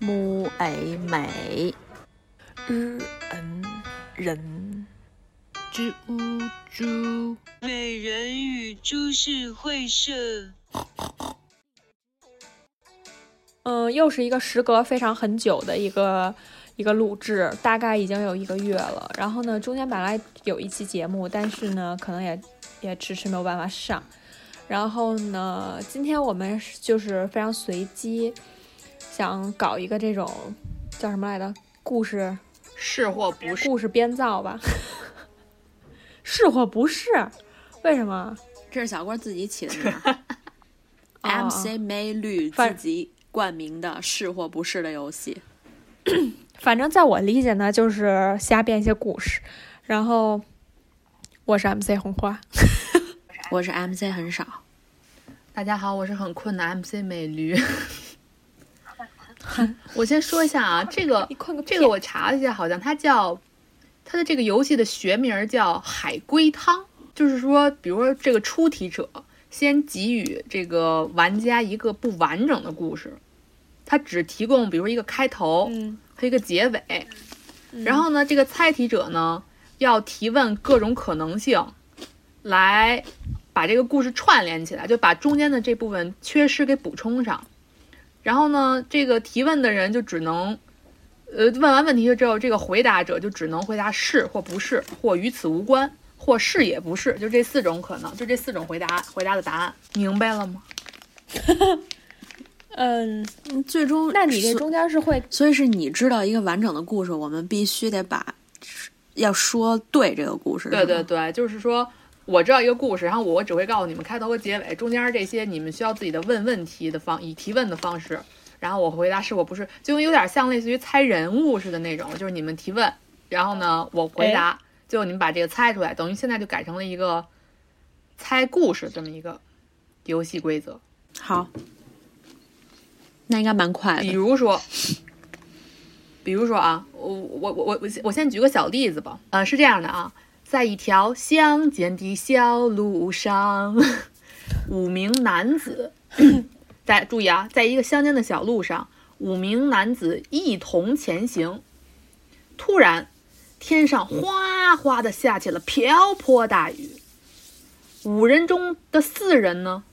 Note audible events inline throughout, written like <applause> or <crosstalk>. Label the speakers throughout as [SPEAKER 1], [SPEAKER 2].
[SPEAKER 1] mu
[SPEAKER 2] 哎
[SPEAKER 1] ei 美
[SPEAKER 2] r n 人
[SPEAKER 1] zhu u 猪
[SPEAKER 3] 美人与株式会社。
[SPEAKER 4] 嗯，又是一个时隔非常很久的一个一个录制，大概已经有一个月了。然后呢，中间本来有一期节目，但是呢，可能也也迟迟没有办法上。然后呢，今天我们是就是非常随机，想搞一个这种叫什么来着？故事
[SPEAKER 1] 是或不是？
[SPEAKER 4] 故事编造吧， <laughs> 是或不是？为什么？
[SPEAKER 5] 这是小郭自己起的名儿
[SPEAKER 4] 哦
[SPEAKER 5] ，MC 美绿自
[SPEAKER 4] 反
[SPEAKER 5] 己冠名的是或不是的游戏。
[SPEAKER 4] 反正在我理解呢，就是瞎编一些故事。然后我是 MC 红花，
[SPEAKER 5] 我是 MC 很少，
[SPEAKER 2] 大家好，我是很困的 MC 美驴。我先说一下啊，这个
[SPEAKER 4] 你困个
[SPEAKER 2] 这个我查了一下，好像它叫它的这个游戏的学名儿叫海龟汤，就是说，比如说这个出题者先给予这个玩家一个不完整的故事，它只提供比如一个开头
[SPEAKER 4] 嗯，
[SPEAKER 2] 和一个结尾，然后呢，这个猜题者呢要提问各种可能性，来把这个故事串联起来，就把中间的这部分缺失给补充上。然后呢，这个提问的人就只能，呃，问完问题之后，这个回答者就只能回答是或不是，或与此无关，或是也不是，就这四种可能，就这四种回答回答的答案，明白了吗？
[SPEAKER 4] 嗯，
[SPEAKER 5] 嗯最终
[SPEAKER 4] 那你这
[SPEAKER 5] 所
[SPEAKER 4] 中间是会
[SPEAKER 5] 所以是你知道一个完整的故事，我们必须得把要说对这个故事。
[SPEAKER 2] 对对
[SPEAKER 5] 是吗，
[SPEAKER 2] 对，就是说我知道一个故事，然后我只会告诉你们开头和结尾，中间这些你们需要自己的问问题的方，以提问的方式，然后我回答是或不是，就有点像类似于猜人物似的那种，就是你们提问，然后呢我回答，最后你们把这个猜出来，等于现在就改成了一个猜故事这么一个游戏规则。
[SPEAKER 5] 好，那应该蛮快
[SPEAKER 2] 比
[SPEAKER 5] 的。
[SPEAKER 2] 如说，比如说啊，我我我我我我先举个小例子吧。呃，是这样的啊，在一条乡间的小路上，五名男子 <coughs> 在注意啊，在一个乡间的小路上，五名男子一同前行。突然，天上哗哗的下起了瓢泼大雨。五人中的四人呢，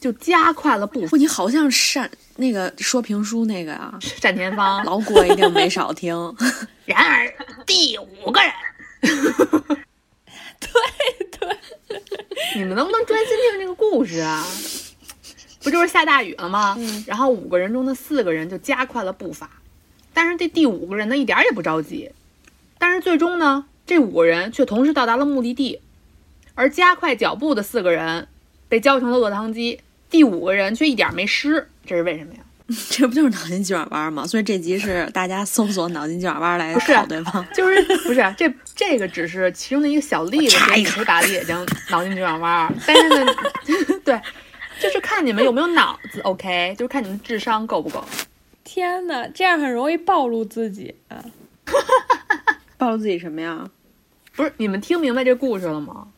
[SPEAKER 2] 就加快了步伐。
[SPEAKER 5] 不，你好像善那个说评书那个啊，
[SPEAKER 2] 单田芳
[SPEAKER 5] 老郭一定没少听。 <laughs>
[SPEAKER 2] 然而，第五个人，对对，你们能不能专心听这个故事啊？不就是下大雨了吗？然后五个人中的四个人就加快了步伐，但是这第五个人呢，一点儿也不着急。但是最终呢，这五个人却同时到达了目的地，而加快脚步的四个人被浇成了落汤鸡，第五个人却一点儿没湿，这是为什么呀？
[SPEAKER 5] 这不就是脑筋急转弯吗？所以这集是大家搜索脑筋急转弯来
[SPEAKER 2] 是
[SPEAKER 5] 考对方。
[SPEAKER 2] 就是不是啊这这个只是其中的一个小例子，给你们打的眼睛脑筋急转弯儿。但是呢， <laughs> 对，就是看你们有没有脑子，OK，就是看你们智商够不够。
[SPEAKER 4] 天呐，这样很容易暴露自己啊！
[SPEAKER 5] 暴露自己什么呀？
[SPEAKER 2] 不是你们听明白这故事了吗？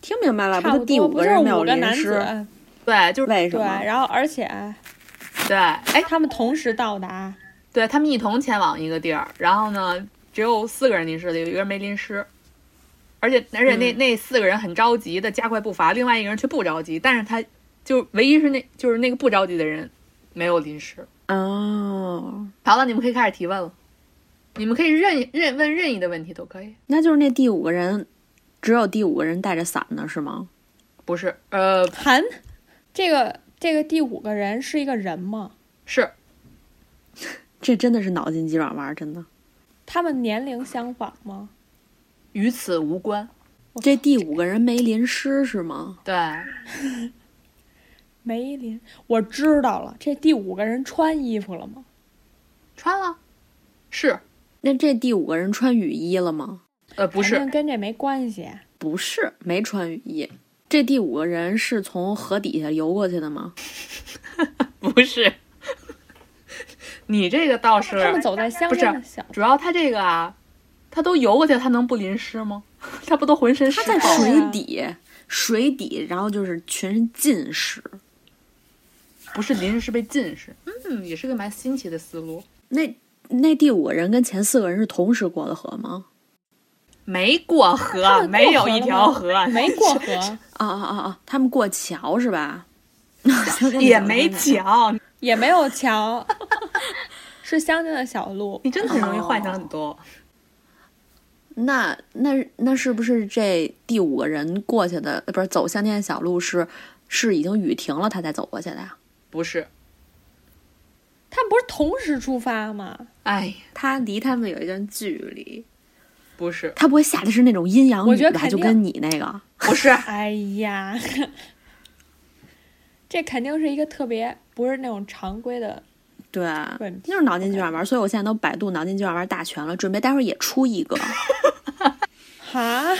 [SPEAKER 5] 听明白了，
[SPEAKER 4] 差
[SPEAKER 5] 就
[SPEAKER 4] 不
[SPEAKER 5] 啊第
[SPEAKER 4] 多，
[SPEAKER 5] 五
[SPEAKER 4] 不
[SPEAKER 5] 个
[SPEAKER 4] 就是
[SPEAKER 5] 人
[SPEAKER 4] 五
[SPEAKER 5] 没有
[SPEAKER 4] 个
[SPEAKER 5] 淋
[SPEAKER 4] 男
[SPEAKER 5] 湿
[SPEAKER 4] 子？，
[SPEAKER 2] 对，就是
[SPEAKER 5] 为什
[SPEAKER 4] 对，
[SPEAKER 5] 么？
[SPEAKER 4] 然后而且
[SPEAKER 2] 对，哎，
[SPEAKER 4] 他们同时到达，
[SPEAKER 2] 对他们一同前往一个地儿，然后呢，只有四个人淋湿的，有一个人没淋湿。而且而且那、那四个人很着急的加快步伐，另外一个人却不着急，但是他就唯一是那就是那个不着急的人没有淋湿。
[SPEAKER 5] 哦，
[SPEAKER 2] 好了，你们可以开始提问了。你们可以任任问任意的问题都可以，
[SPEAKER 5] 那就是那第五个人，只有第五个人带着伞呢，是吗？
[SPEAKER 2] 不是？呃，
[SPEAKER 4] 韩，这个这个第五个人是一个人吗？
[SPEAKER 2] 是
[SPEAKER 5] 这真的是脑筋急转弯，真的。
[SPEAKER 4] 他们年龄相仿吗？
[SPEAKER 2] 与此无关。
[SPEAKER 5] 这第五个人没淋湿是吗？
[SPEAKER 2] 对，
[SPEAKER 4] 梅林，我知道了，这第五个人穿衣服了吗？
[SPEAKER 2] 穿了，是
[SPEAKER 5] 那这第五个人穿雨衣了吗？
[SPEAKER 2] 呃不
[SPEAKER 4] 肯
[SPEAKER 2] 是
[SPEAKER 4] 定跟这没关系。
[SPEAKER 5] 不是，没穿雨衣。这第五个人是从河底下游过去的吗？
[SPEAKER 2] 不是，你这个倒是
[SPEAKER 4] 他们走在乡
[SPEAKER 2] 不是
[SPEAKER 4] 间的小，
[SPEAKER 2] 主要他这个啊，他都游过去，他能不淋湿吗？ <laughs> 他不都浑身湿
[SPEAKER 5] 他在
[SPEAKER 2] 透
[SPEAKER 4] 水
[SPEAKER 2] 了？
[SPEAKER 5] 水底，水底，然后就是全身浸湿。
[SPEAKER 2] 不是淋湿，是被浸湿。嗯，嗯，也是个蛮新奇的思路。
[SPEAKER 5] 那那第五个人跟前四个人是同时过的河吗？
[SPEAKER 2] 没过河，
[SPEAKER 4] 们
[SPEAKER 2] 没
[SPEAKER 4] 过
[SPEAKER 2] 有
[SPEAKER 4] 河
[SPEAKER 2] 一
[SPEAKER 4] 了
[SPEAKER 2] 条
[SPEAKER 4] 吗
[SPEAKER 2] 河，啊
[SPEAKER 4] 没过河，
[SPEAKER 5] 啊啊啊啊！他们过桥是 <laughs> 吧？
[SPEAKER 2] 也没
[SPEAKER 5] 桥。
[SPEAKER 2] 桥，
[SPEAKER 4] 也没有桥， <laughs> 是乡间的小路。
[SPEAKER 2] 你真的很容易幻想很多。
[SPEAKER 5] 那那那是不是这第五个人过去的，呃不是走乡间小路是是已经雨停了他才走过去的呀？
[SPEAKER 2] 不是，
[SPEAKER 4] 他们不是同时出发吗？
[SPEAKER 2] 哎，
[SPEAKER 5] 他离他们有一段距离，<laughs>
[SPEAKER 2] 不是，
[SPEAKER 5] 他不会下的是那种阴阳
[SPEAKER 4] 我
[SPEAKER 5] 雨
[SPEAKER 4] 觉得
[SPEAKER 5] 吧？
[SPEAKER 4] 肯
[SPEAKER 5] 就
[SPEAKER 4] 定
[SPEAKER 5] 跟你那个，
[SPEAKER 2] 不是，
[SPEAKER 4] 哎呀， <laughs> 这肯定是一个特别不是那种常规的
[SPEAKER 5] 对，啊
[SPEAKER 4] 问题
[SPEAKER 5] 就是脑筋急转弯。所以我现在都百度脑筋急转弯大全了，准备待会儿也出一 <laughs> 个。
[SPEAKER 4] 哈。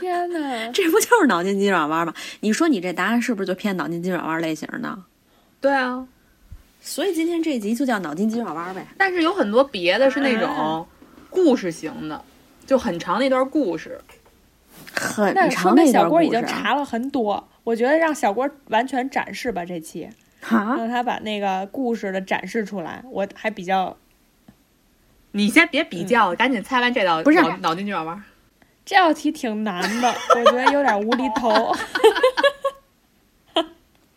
[SPEAKER 4] 天
[SPEAKER 5] <laughs>
[SPEAKER 4] 哪，
[SPEAKER 5] 这不就是脑筋急转弯吗？你说你这答案是不是就偏脑筋急转弯类型呢？
[SPEAKER 2] 对啊，
[SPEAKER 5] 所以今天这集就叫脑筋急转弯呗。
[SPEAKER 2] 但是有很多别的是那种故事型的，就很长的一段故事。
[SPEAKER 5] 很
[SPEAKER 4] 那说
[SPEAKER 5] 长
[SPEAKER 4] 明
[SPEAKER 5] 那
[SPEAKER 4] 小
[SPEAKER 5] 段
[SPEAKER 4] 郭
[SPEAKER 5] 故
[SPEAKER 4] 已
[SPEAKER 5] 事
[SPEAKER 4] 经
[SPEAKER 5] 啊
[SPEAKER 4] 查了很多。我觉得让小郭完全展示吧，这期
[SPEAKER 5] 哈
[SPEAKER 4] 让他把那个故事的展示出来，我还比较
[SPEAKER 2] 你先别比较，赶紧猜完这道
[SPEAKER 5] 不是
[SPEAKER 2] 脑脑筋急转弯。
[SPEAKER 4] 这道题挺难的，我觉得有点无厘头。 <laughs>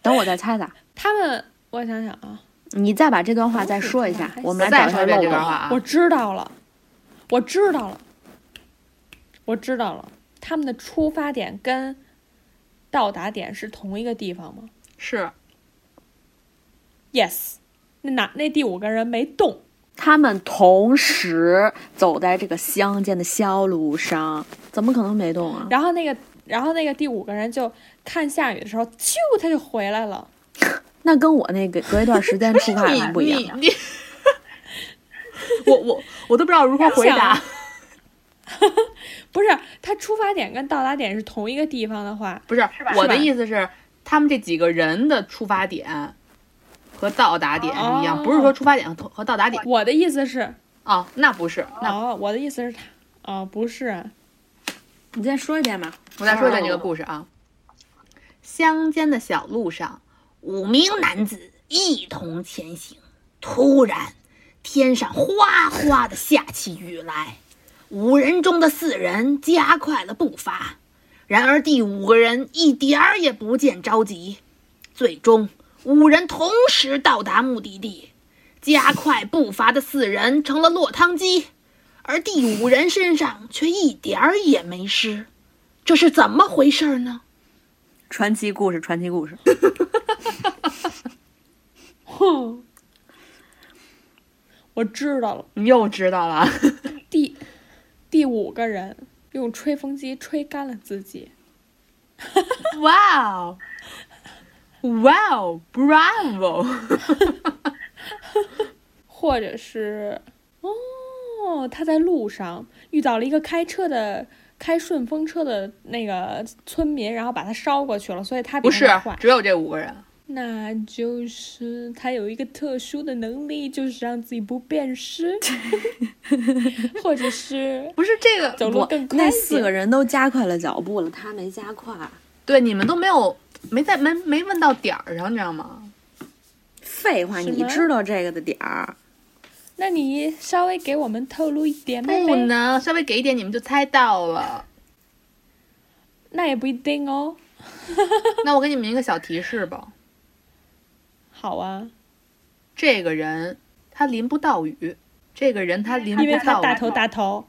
[SPEAKER 5] 等我再猜猜，
[SPEAKER 4] 他们，我想想啊，
[SPEAKER 5] 你再把这段话再说一下，
[SPEAKER 4] 还行
[SPEAKER 5] 我们来
[SPEAKER 2] 再
[SPEAKER 5] 找
[SPEAKER 2] 说
[SPEAKER 5] 一
[SPEAKER 2] 一遍
[SPEAKER 5] 下
[SPEAKER 2] 这
[SPEAKER 5] 漏
[SPEAKER 2] 段
[SPEAKER 5] 洞
[SPEAKER 2] 话。啊
[SPEAKER 4] 我，知道了，我知道了，我知道了，他们的出发点跟到达点是同一个地方吗
[SPEAKER 2] 是
[SPEAKER 4] ？Yes，那哪那第五个人没动，
[SPEAKER 5] 他们同时走在这个乡间的小路上，怎么可能没动啊？
[SPEAKER 4] 然后那个然后那个第五个人就看下雨的时候，咻他就回来了。
[SPEAKER 5] 那跟我那个隔一段时间出发
[SPEAKER 2] 你
[SPEAKER 5] 的不一
[SPEAKER 2] 你
[SPEAKER 5] 样。
[SPEAKER 2] 你， <laughs> 我我我都不知道如何回答。
[SPEAKER 4] 不是，他出发点跟到达点是同一个地方的话，
[SPEAKER 2] 不是我
[SPEAKER 4] 是吧
[SPEAKER 2] 的意思是，他们这几个人的出发点和到达点是一样，
[SPEAKER 4] 哦
[SPEAKER 2] 不是说出发点和和到达点
[SPEAKER 4] 我的意思是，
[SPEAKER 2] 哦，那不是，那
[SPEAKER 4] 哦，我的意思是他，哦，不是啊，
[SPEAKER 5] 你再说一遍吧。
[SPEAKER 2] 我再说一遍这个故事啊。乡间的小路上，五名男子一同前行。突然，天上哗哗的下起雨来，五人中的四人加快了步伐，然而第五个人一点儿也不见着急。最终，五人同时到达目的地，加快步伐的四人成了落汤鸡，而第五人身上却一点儿也没湿。这是怎么回事呢？
[SPEAKER 5] 传奇故事，传奇故事。
[SPEAKER 4] 哼，我知道了。
[SPEAKER 2] 你又知道了，
[SPEAKER 4] 第第五个人用吹风机吹干了自己，
[SPEAKER 2] 哇哦，哇哦，bravo！
[SPEAKER 4] 或者是哦，他在路上遇到了一个开车的开顺风车的那个村民，然后把他捎过去了，所以他比
[SPEAKER 2] 不是
[SPEAKER 4] 他坏。
[SPEAKER 2] 只有这五个人，
[SPEAKER 4] 那就是他有一个特殊的能力，就是让自己不变
[SPEAKER 5] <laughs>
[SPEAKER 4] 湿，或者是
[SPEAKER 2] 不是这个，
[SPEAKER 4] 走路
[SPEAKER 5] 我
[SPEAKER 4] 更快
[SPEAKER 5] 那
[SPEAKER 4] 一
[SPEAKER 5] 四个
[SPEAKER 4] 些。
[SPEAKER 5] 人都加快了脚步了，他没加快，
[SPEAKER 2] 对你们都没有没在没没问到点儿上，你知道吗？
[SPEAKER 5] 废话，
[SPEAKER 4] 是
[SPEAKER 5] 你
[SPEAKER 4] 吗
[SPEAKER 5] 知道这个的点儿。
[SPEAKER 4] 那你稍微给我们透露一点
[SPEAKER 5] 哎
[SPEAKER 4] 呗？
[SPEAKER 2] 不能稍微给一点，你们就猜到
[SPEAKER 4] <laughs>
[SPEAKER 2] 了。
[SPEAKER 4] 那也不一定哦。
[SPEAKER 2] 那我给你们一个小提示吧，
[SPEAKER 4] 好啊，
[SPEAKER 2] 这个人他淋不到雨，这个人他淋
[SPEAKER 4] 因为
[SPEAKER 2] 不
[SPEAKER 4] 他
[SPEAKER 2] 到
[SPEAKER 4] 大
[SPEAKER 2] 雨，
[SPEAKER 4] 头大头，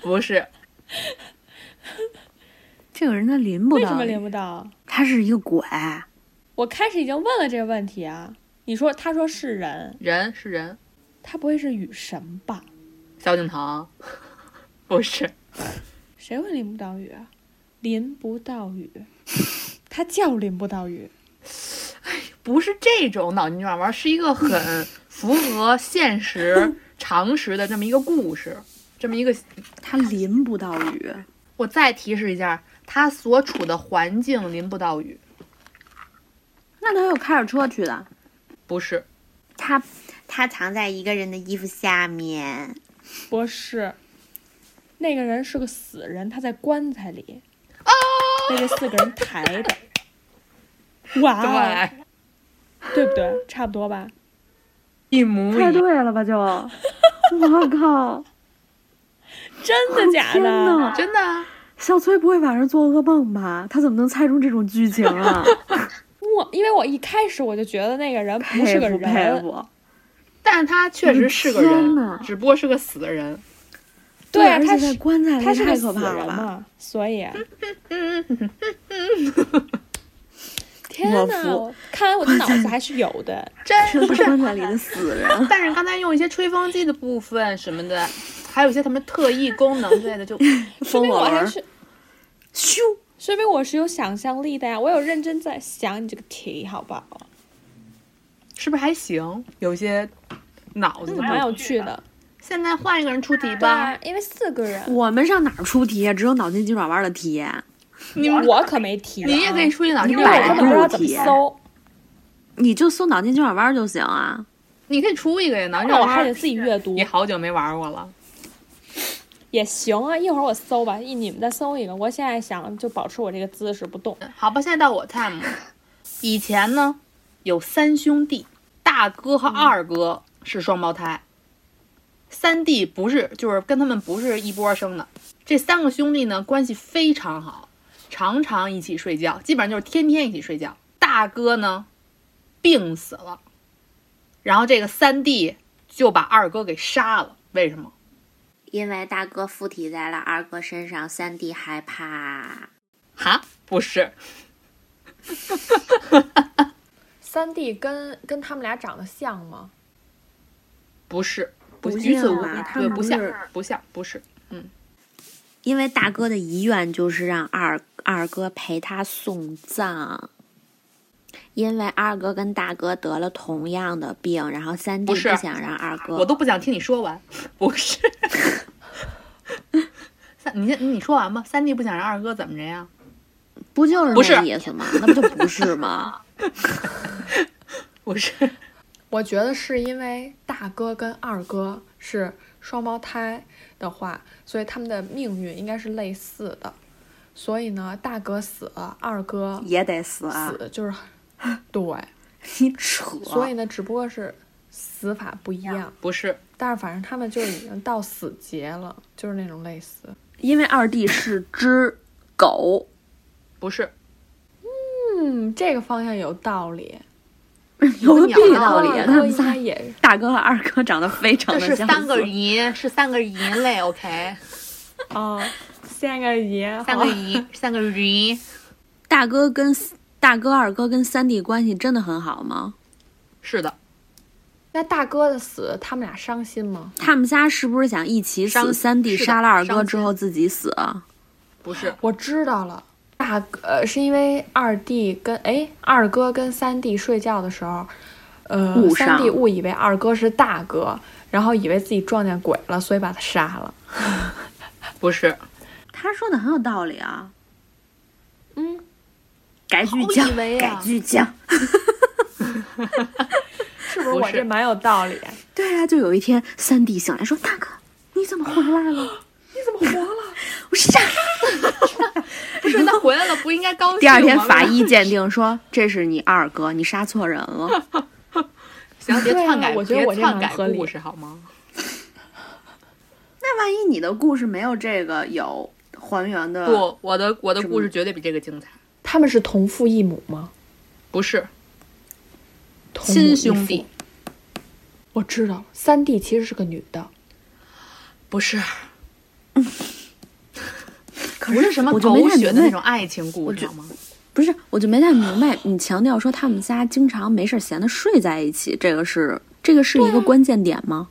[SPEAKER 2] 不是
[SPEAKER 5] 这个人他淋不
[SPEAKER 4] 为
[SPEAKER 5] 到，
[SPEAKER 4] 什么连不到？
[SPEAKER 5] 他是一个鬼。
[SPEAKER 4] 我开始已经问了这个问题啊。你说，他说是人，
[SPEAKER 2] 人是人，
[SPEAKER 4] 他不会是雨神吧？
[SPEAKER 2] 萧敬腾 <laughs> 不是，
[SPEAKER 4] 谁会淋不到雨啊？淋不到雨，他叫淋不到雨。
[SPEAKER 2] 不是这种脑筋急转弯，是一个很符合现
[SPEAKER 6] <laughs>
[SPEAKER 2] 实常识的这么一个故事，这么一个。
[SPEAKER 5] 他淋不到雨，
[SPEAKER 2] 我再提示一下，他所处的环境淋不到雨，
[SPEAKER 5] 那他又开着车去的。
[SPEAKER 2] 不是，
[SPEAKER 5] 他他藏在一个人的衣服下面，
[SPEAKER 4] 不是，那个人是个死人，他在棺材里，
[SPEAKER 6] 啊
[SPEAKER 4] 被这四个人抬着。哇哦，
[SPEAKER 2] 对，
[SPEAKER 7] 对不对？差不多吧。
[SPEAKER 2] 一模
[SPEAKER 6] 太
[SPEAKER 2] 一样。
[SPEAKER 6] 对了吧就，我靠！
[SPEAKER 7] 真的假
[SPEAKER 6] 哦天
[SPEAKER 7] 的？
[SPEAKER 6] 呐，
[SPEAKER 2] 真的啊，
[SPEAKER 6] 小崔不会晚上做噩梦吧？他怎么能猜出这种剧情啊？
[SPEAKER 7] 我因为我一开始我就觉得那个人 <laughs> 不是
[SPEAKER 6] 佩
[SPEAKER 7] 个
[SPEAKER 6] 服佩
[SPEAKER 7] 人，
[SPEAKER 6] 服！
[SPEAKER 2] 但他确实是个人
[SPEAKER 6] 天哪，
[SPEAKER 2] 只不过是个死的人。
[SPEAKER 7] 对啊，
[SPEAKER 6] 而
[SPEAKER 7] 他
[SPEAKER 6] 且在
[SPEAKER 7] 是
[SPEAKER 6] 棺材
[SPEAKER 7] 他
[SPEAKER 6] 里
[SPEAKER 7] 是
[SPEAKER 6] 太
[SPEAKER 7] 个
[SPEAKER 6] 可
[SPEAKER 7] 死
[SPEAKER 6] 怕
[SPEAKER 7] 人
[SPEAKER 6] 了吧？
[SPEAKER 7] 嘛，所以，啊天
[SPEAKER 5] 我
[SPEAKER 7] 呐，
[SPEAKER 5] 服
[SPEAKER 7] 我看来我的脑子还是有的。
[SPEAKER 2] 真
[SPEAKER 6] 真
[SPEAKER 2] 不
[SPEAKER 7] <laughs>
[SPEAKER 6] 的
[SPEAKER 2] 是，
[SPEAKER 6] 棺材里的死人，
[SPEAKER 2] 但是刚才用一些吹风机的部分什么的，还有一些什么特异功能之类
[SPEAKER 6] <laughs>
[SPEAKER 2] 的，就
[SPEAKER 7] 说
[SPEAKER 5] 风
[SPEAKER 7] 明我
[SPEAKER 5] 我
[SPEAKER 7] 还
[SPEAKER 5] 玩，
[SPEAKER 7] 是，
[SPEAKER 5] 咻，
[SPEAKER 7] 说明我是有想象力的呀，我有认真在想你这个题，好不好？
[SPEAKER 2] 是不是还行？有些脑子
[SPEAKER 7] 嗯
[SPEAKER 2] 怎
[SPEAKER 7] 蛮
[SPEAKER 6] 哎
[SPEAKER 2] 么？
[SPEAKER 7] 有趣的，
[SPEAKER 2] 现在换一个人出题
[SPEAKER 7] 对
[SPEAKER 2] 吧
[SPEAKER 7] 啊，，因为四个人，
[SPEAKER 5] 我们上哪儿出题啊？只有脑筋急转弯的题呀。
[SPEAKER 7] 你我可没提啊，
[SPEAKER 2] 你也可以出一脑
[SPEAKER 7] 因
[SPEAKER 2] 筋
[SPEAKER 7] 为
[SPEAKER 2] 急转
[SPEAKER 7] 我根
[SPEAKER 2] 弯
[SPEAKER 7] 本不知道
[SPEAKER 2] 吧，
[SPEAKER 7] 怎么搜，
[SPEAKER 5] 你就搜脑筋急转弯就行啊。
[SPEAKER 2] 你可以出一个呀，脑筋急
[SPEAKER 7] 那我
[SPEAKER 2] 转
[SPEAKER 7] 还得
[SPEAKER 2] 弯。
[SPEAKER 7] 自己阅读
[SPEAKER 2] 你好久没玩过了，
[SPEAKER 7] 也行啊。一会儿我搜吧，一你们再搜一个。我现在想就保持我这个姿势不动。
[SPEAKER 2] 好吧，现在到我 time 了。以前呢，有三兄弟，大哥
[SPEAKER 8] 嗯
[SPEAKER 2] 和二哥是双胞胎，三弟不是，就是跟他们不是一波生的。这三个兄弟呢，关系非常好，常常一起睡觉，基本上就是天天一起睡觉。大哥呢，病死了，然后这个三弟就把二哥给杀了。为什么？
[SPEAKER 8] 因为大哥附体在了二哥身上，三弟害怕。
[SPEAKER 2] 哈，不是，
[SPEAKER 7] 三弟跟跟他们俩长得像吗？
[SPEAKER 2] 不是，不
[SPEAKER 5] 不
[SPEAKER 2] 与此
[SPEAKER 5] 像
[SPEAKER 2] 无
[SPEAKER 5] 吧他
[SPEAKER 2] 对，
[SPEAKER 5] 们
[SPEAKER 2] 不
[SPEAKER 5] 不
[SPEAKER 2] 像
[SPEAKER 5] 是，
[SPEAKER 2] 不像，不是。
[SPEAKER 5] 因为大哥的遗愿就是让二二哥陪他送葬，因为二哥跟大哥得了同样的病，然后三弟
[SPEAKER 2] 不
[SPEAKER 5] 不
[SPEAKER 2] 是
[SPEAKER 5] 想让二哥。
[SPEAKER 2] 我都不想听你说完，不是。三，你先你说完吧。三弟不想让二哥怎么着呀？
[SPEAKER 5] 不就是
[SPEAKER 2] 不是
[SPEAKER 5] 那意思吗？那不就不是吗？
[SPEAKER 2] 不是，
[SPEAKER 4] 我觉得是因为大哥跟二哥是双胞胎的话，所以他们的命运应该是类似的。所以呢，大哥死了，二哥
[SPEAKER 5] 也得死啊！
[SPEAKER 4] 死 <laughs> 就是，对，
[SPEAKER 5] 你扯！
[SPEAKER 4] 所以呢，只不过是死法不一样，
[SPEAKER 2] 不是，
[SPEAKER 4] 但是反正他们就已经到死结了，就是那种类似。
[SPEAKER 5] 因为二弟是只狗，
[SPEAKER 2] 不是，
[SPEAKER 4] 嗯，这个方向有道理，啊
[SPEAKER 5] 有个屁
[SPEAKER 2] 有
[SPEAKER 5] 道理！
[SPEAKER 4] 二 <laughs>
[SPEAKER 5] 他
[SPEAKER 4] 哥
[SPEAKER 5] 们
[SPEAKER 4] 应
[SPEAKER 5] 仨
[SPEAKER 4] 该也
[SPEAKER 5] <laughs> 大哥和二哥长得非常
[SPEAKER 2] 啊这
[SPEAKER 5] 的
[SPEAKER 2] 是
[SPEAKER 5] 相
[SPEAKER 2] 三个
[SPEAKER 5] 似，
[SPEAKER 2] 姨，是三个姨嘞。OK，
[SPEAKER 7] 哦，三个爷，
[SPEAKER 2] 三个姨，三个姨，
[SPEAKER 5] 大哥跟大哥、二哥跟三弟关系真的很好吗？
[SPEAKER 2] 是的，
[SPEAKER 4] 那大哥的死，他们俩伤心吗？
[SPEAKER 5] 他们仨是不是想一起
[SPEAKER 2] 伤
[SPEAKER 5] 死？三弟
[SPEAKER 2] 是的
[SPEAKER 5] 杀了二哥
[SPEAKER 2] 伤
[SPEAKER 5] 之
[SPEAKER 2] 心
[SPEAKER 5] 后自己死？啊
[SPEAKER 2] 不是，
[SPEAKER 4] 我知道了，大哥呃是因为二弟跟哎二哥跟三弟睡觉的时候，呃
[SPEAKER 5] 误
[SPEAKER 4] 三弟
[SPEAKER 5] 伤
[SPEAKER 4] 误以为二哥是大哥，然后以为自己撞见鬼了，所以把他杀了。
[SPEAKER 2] 不是，
[SPEAKER 5] 他说的很有道理啊。嗯，改剧
[SPEAKER 2] 嗯好以
[SPEAKER 5] 情，
[SPEAKER 2] 为
[SPEAKER 5] 改
[SPEAKER 2] 啊
[SPEAKER 5] 剧情。
[SPEAKER 7] 是不是
[SPEAKER 2] 不
[SPEAKER 7] 我
[SPEAKER 2] 是
[SPEAKER 7] 这蛮有道理？
[SPEAKER 5] 对啊，就有一天三弟醒来说：“大哥，你怎么回来了？你怎么活
[SPEAKER 2] <gasps>
[SPEAKER 5] 了？ <laughs> 我杀
[SPEAKER 2] 不是。那回来了不应该高兴吗？
[SPEAKER 5] 第二天法医鉴定说这是你二哥，你杀错人了。
[SPEAKER 2] 行，别
[SPEAKER 7] 对啊
[SPEAKER 2] 篡改，
[SPEAKER 7] 我觉得
[SPEAKER 2] 别
[SPEAKER 7] 我这
[SPEAKER 2] 篡
[SPEAKER 7] 蛮
[SPEAKER 2] 改
[SPEAKER 7] 合理
[SPEAKER 2] 故事好吗？
[SPEAKER 5] 那万一你的故事没有这个有还原的，
[SPEAKER 2] 不，我的我的故事绝对比这个精彩。
[SPEAKER 4] 他们是同父异母吗？
[SPEAKER 2] 不是
[SPEAKER 4] 同母
[SPEAKER 2] 亲
[SPEAKER 4] 异
[SPEAKER 2] 兄
[SPEAKER 4] 父
[SPEAKER 2] 弟，，
[SPEAKER 4] 我知道了，三弟其实是个女的，
[SPEAKER 2] 不是，
[SPEAKER 5] 可
[SPEAKER 2] 不是什么
[SPEAKER 5] 我就
[SPEAKER 2] 狗
[SPEAKER 5] 没太
[SPEAKER 2] 血的那
[SPEAKER 5] 明
[SPEAKER 2] 种
[SPEAKER 5] 白，
[SPEAKER 2] 爱情故事好吗？
[SPEAKER 5] 不是，我就没太明白你强调说他们仨经常没事儿闲的睡在一起，这个是这个是一个关键点吗？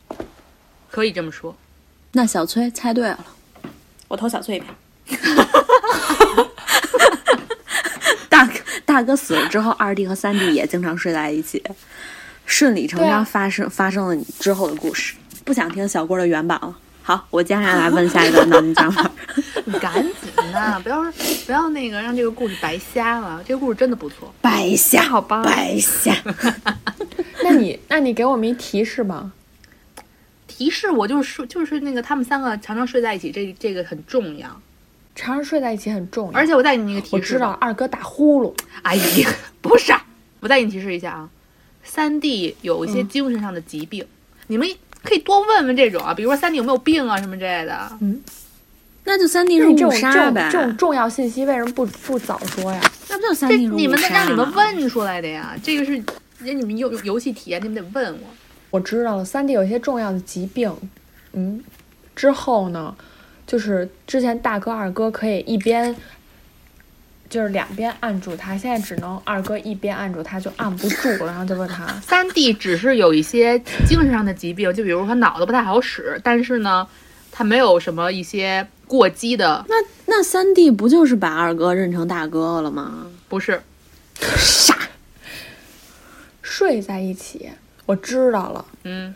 [SPEAKER 2] 可以这么说。
[SPEAKER 5] 那小崔猜对了，我投小崔一票。 <laughs> 大哥大哥死了之后，二弟和三弟也经常睡在一起，顺理成章发生、发生了你之后的故事。不想听小郭的原版了。好，我接下来问下一个脑筋急转弯。
[SPEAKER 2] 你赶紧 <laughs> 呐、不要不要那个让这个故事白瞎了，这个故事真的不错。
[SPEAKER 5] 白瞎，
[SPEAKER 4] 好吧
[SPEAKER 5] 白瞎。
[SPEAKER 4] 那你那你给我们一提示吧。
[SPEAKER 2] 提示我就是说，就是那个他们三个常常睡在一起，这这个很重要。
[SPEAKER 4] 常常睡在一起很重要，
[SPEAKER 2] 而且我再给你一个
[SPEAKER 4] 我
[SPEAKER 2] 提示，
[SPEAKER 4] 知道，二哥打呼噜，
[SPEAKER 2] 哎呀，不是，我再给你提示一下啊，三弟有一些精神上的疾病，你们可以多问问这种啊，比如说三弟有没有病啊什么之类的。
[SPEAKER 5] 那就三 D
[SPEAKER 7] 那
[SPEAKER 5] 是
[SPEAKER 7] 你这
[SPEAKER 5] 误
[SPEAKER 7] 种这
[SPEAKER 5] 杀
[SPEAKER 7] 种
[SPEAKER 5] 呗，
[SPEAKER 7] 这种重要信息为什么不不早说呀？
[SPEAKER 5] 那不就啊三
[SPEAKER 2] 这
[SPEAKER 5] D 是误杀吗？
[SPEAKER 2] 你们得让你们问出来的呀，这个是那你们游游戏体验，你们得问我。
[SPEAKER 4] 我知道了，三弟有一些重要的疾病，嗯，之后呢，就是之前大哥二哥可以一边，就是两边按住他，现在只能二哥一边按住他，就按不住了，然后就问他，
[SPEAKER 2] <laughs> 三弟只是有一些精神上的疾病，就比如说脑子不太好使，但是呢，他没有什么一些过激的，
[SPEAKER 5] 那那三弟不就是把二哥认成大哥了吗？
[SPEAKER 2] 不是
[SPEAKER 4] 睡在一起。我知道了，
[SPEAKER 2] 嗯，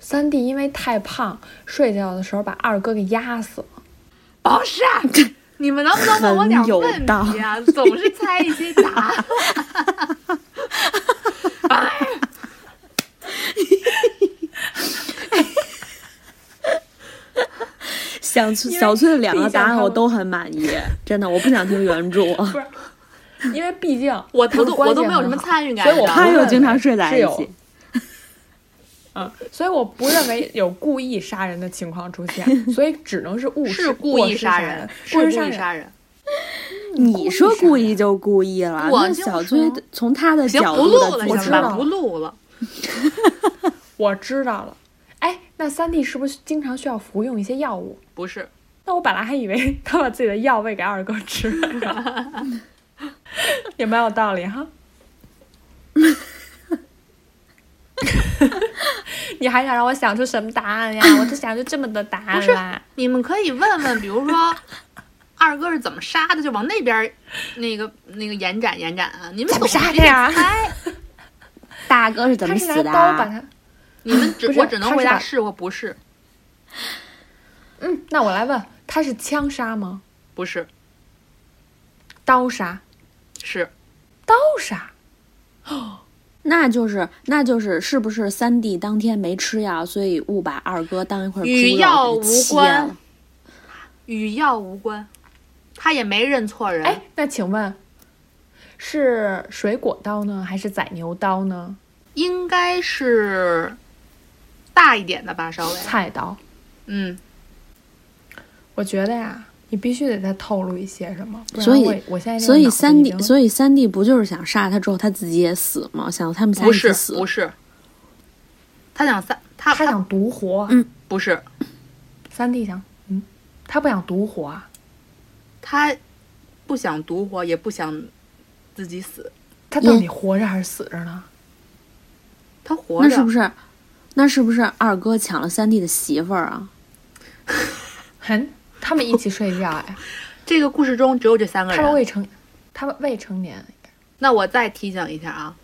[SPEAKER 4] 三弟因为太胖，睡觉的时候把二哥给压死了。
[SPEAKER 2] 不是。你们能不能问我点问题啊？总是猜一些答案。
[SPEAKER 5] 小崔小崔的两个答案我都很满意，真的，我不想听
[SPEAKER 4] <laughs>
[SPEAKER 5] 原著。 <laughs>
[SPEAKER 4] 因为毕竟
[SPEAKER 2] 我
[SPEAKER 4] 他
[SPEAKER 2] 我
[SPEAKER 4] 们
[SPEAKER 2] 都
[SPEAKER 4] 关
[SPEAKER 2] 我都
[SPEAKER 4] 系
[SPEAKER 2] 没有
[SPEAKER 4] 很
[SPEAKER 2] 什么
[SPEAKER 4] 好
[SPEAKER 2] 参与感
[SPEAKER 4] 所以我
[SPEAKER 2] 你知道
[SPEAKER 4] 不
[SPEAKER 5] 他
[SPEAKER 2] 吗
[SPEAKER 4] 认
[SPEAKER 5] 又
[SPEAKER 4] 为
[SPEAKER 5] 经常睡在
[SPEAKER 4] 是
[SPEAKER 5] 一
[SPEAKER 4] 有
[SPEAKER 5] 起，
[SPEAKER 4] <laughs> 嗯，所以我不认为有故意杀人的情况出现，所以只能是误
[SPEAKER 2] 是
[SPEAKER 4] 失
[SPEAKER 2] 故意杀人
[SPEAKER 4] 人，，
[SPEAKER 2] 是
[SPEAKER 4] 过
[SPEAKER 2] 故
[SPEAKER 4] 失
[SPEAKER 2] 意
[SPEAKER 4] 杀人。
[SPEAKER 2] 杀人。
[SPEAKER 5] 你说故意就故意了。
[SPEAKER 2] 我
[SPEAKER 5] 那
[SPEAKER 2] 啊就
[SPEAKER 5] 小
[SPEAKER 2] 说
[SPEAKER 5] 崔从他的
[SPEAKER 2] 行，
[SPEAKER 5] 角
[SPEAKER 2] 不
[SPEAKER 5] 度
[SPEAKER 2] 录了，
[SPEAKER 5] 的
[SPEAKER 4] 我
[SPEAKER 2] 行
[SPEAKER 4] 知
[SPEAKER 2] 吧？
[SPEAKER 4] 道
[SPEAKER 2] 不录了。
[SPEAKER 4] 我知道了。哎，那三弟是不是经常需要服用一些药物？
[SPEAKER 2] 不是，
[SPEAKER 4] 那我本来还以为 <laughs> 他把自己的药喂给二哥吃了，也蛮有道理哈。你还想让我想出什么答案呀？我就想出这么多答案啦。
[SPEAKER 2] 你们可以问问，比如说 <laughs> 二哥是怎么杀的，就往那边儿那个那个延展延展啊。你们怎么
[SPEAKER 4] 杀的呀
[SPEAKER 2] 猜，
[SPEAKER 5] 大哥是怎
[SPEAKER 4] 他
[SPEAKER 5] 么
[SPEAKER 4] 是
[SPEAKER 5] 死
[SPEAKER 4] 拿
[SPEAKER 5] 的
[SPEAKER 4] 刀把
[SPEAKER 5] 啊？
[SPEAKER 4] 他，
[SPEAKER 2] 你们只
[SPEAKER 4] 不是
[SPEAKER 2] 我只
[SPEAKER 4] 他
[SPEAKER 2] 能
[SPEAKER 4] 是
[SPEAKER 2] 回答
[SPEAKER 4] 把
[SPEAKER 2] 是或不是，
[SPEAKER 4] 嗯，那我来问，他是枪杀吗？
[SPEAKER 2] 不是
[SPEAKER 4] 刀杀？
[SPEAKER 2] 是
[SPEAKER 4] 刀杀？
[SPEAKER 5] 那就是那就是是不是三弟当天没吃药，所以误把二哥当一块猪肉
[SPEAKER 2] 与药
[SPEAKER 5] 给
[SPEAKER 2] 无
[SPEAKER 5] 切
[SPEAKER 2] 关
[SPEAKER 5] 了？
[SPEAKER 2] 与药无关，他也没认错人。
[SPEAKER 4] 哎，那请问是水果刀呢，还是宰牛刀呢？
[SPEAKER 2] 应该是大一点的吧，稍微。
[SPEAKER 4] 菜刀？
[SPEAKER 2] 嗯，
[SPEAKER 4] 我觉得呀，你必须得再透露一些什么，不然
[SPEAKER 5] 所以
[SPEAKER 4] 我我现在这个
[SPEAKER 5] 所以
[SPEAKER 4] 脑子
[SPEAKER 5] 三
[SPEAKER 4] 已
[SPEAKER 5] 弟
[SPEAKER 4] 经
[SPEAKER 5] 所以三弟不就是想杀他之后他自己也死吗？想他们仨
[SPEAKER 2] 不
[SPEAKER 5] 一起
[SPEAKER 2] 是
[SPEAKER 5] 死？
[SPEAKER 2] 不是，他想三他
[SPEAKER 4] 他想独活，
[SPEAKER 5] 嗯
[SPEAKER 2] 不是
[SPEAKER 4] 三弟想，嗯，他不想独活啊，
[SPEAKER 2] 他不想独活，也不想自己死，
[SPEAKER 4] 他到
[SPEAKER 5] 也
[SPEAKER 4] 底活着还是死着呢？
[SPEAKER 5] 嗯
[SPEAKER 2] 他活
[SPEAKER 5] 那
[SPEAKER 2] 着。
[SPEAKER 5] 是不是那是不是二哥抢了三弟的媳妇儿啊？
[SPEAKER 4] 很，他们一起睡觉呀，
[SPEAKER 5] <laughs>
[SPEAKER 2] 这个故事中只有这三个
[SPEAKER 4] 他们
[SPEAKER 2] 人。
[SPEAKER 4] 未成，他们未成年，
[SPEAKER 2] 那我再提醒一下啊，